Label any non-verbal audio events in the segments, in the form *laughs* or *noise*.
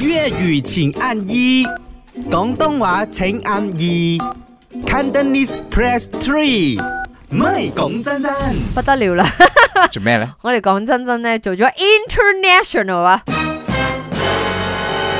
粤语请按一，广东话请按二，Cantonese press three。唔係講真真，不得了啦！做咩咧？我哋講真真咧，做咗 international 啊！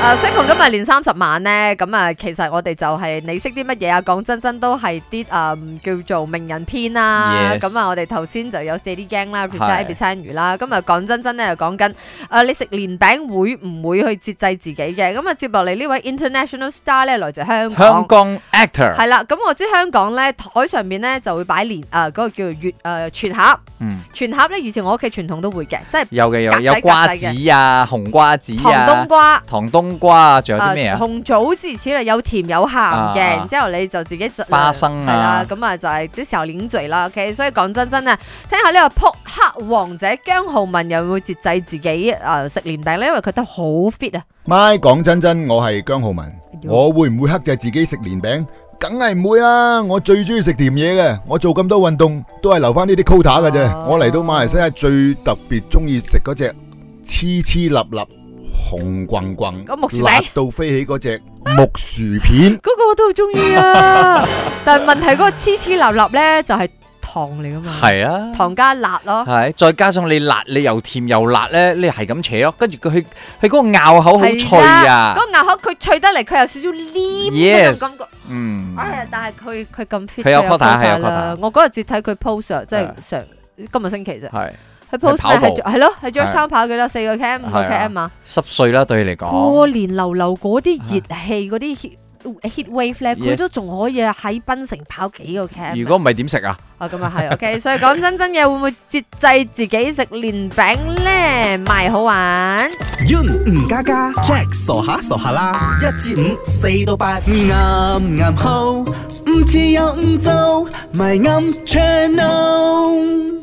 啊，適逢今日年三十晚咧，咁啊，其實我哋就係你識啲乜嘢啊？講真真都係啲誒叫做名人篇啦。 Yes 咁啊，我哋頭先就有 Steady Gang 啦 r e s 係 e t a b y 參與啦。咁啊，講真真咧就講緊誒，你食年餅會唔會去節制自己嘅？咁啊，接落嚟呢位 international star 咧來自香港香。港 actor 係啦，咁我知香港咧台上面咧就會擺年誒嗰個叫做月誒全盒。嗯，全盒咧，以前我屋企傳統都會嘅，即係有嘅有格仔有瓜子啊，紅瓜子糖冬啊，瓜。糖冬瓜啊，仲有啲誒咩啊？紅棗之如此類，有甜有鹹嘅，啊然之後你就自己就花生係啦啊，咁啊就係啲時候鏈罪啦。OK，所以講真真啊，聽下呢個撲克王者姜浩文又會節制自己誒食年餅咧，因為佢都好 fit 啊。哎咪講真真，我係姜浩文，呦我會唔會克制自己食年餅？梗係唔會啦！我最中意食甜嘢嘅，我做咁多運動都係留翻呢啲 quota 嘅啫。哦我嚟到馬來西亞最特別中意食嗰只黐黐立立紅棍棍個木薯，餅。辣到飛起嗰只木薯片嗰個我都好中意 *laughs* 啊，但係問題嗰個黐黐立立咧就係糖嚟噶嘛，係啊。糖加辣咯。系，再加上你辣，你又甜又辣咧，你係咁扯咯，跟住佢佢嗰個咬口好脆係啦啊，嗰個牙口佢脆得嚟，佢有少少黏嗰 Yes 種感覺。嗯，哎呀，但係佢佢咁 fit，佢有 quota，係係有啦。我嗰日只睇佢 post 啊即係上今日星期啫，係佢 post 跑步咧係係咯，係 j o 係三跑幾多四個 cam 五個係啊哦 cam 啊！濕碎啦，對你嚟過講，年流流嗰啲熱氣嗰啲 heat heat wave 咧，佢 Yes 都仲可以喺檳城跑幾個 cam 啊。如果唔係點食啊？啊，咁啊係 *laughs* OK，所以講真真嘅，會唔會節制自己食年餅咧？咪好玩。 Yun 吳家家，Jack 傻下傻下啦，一至五四到八，啱啱好，唔似又唔做，咪啱 channel。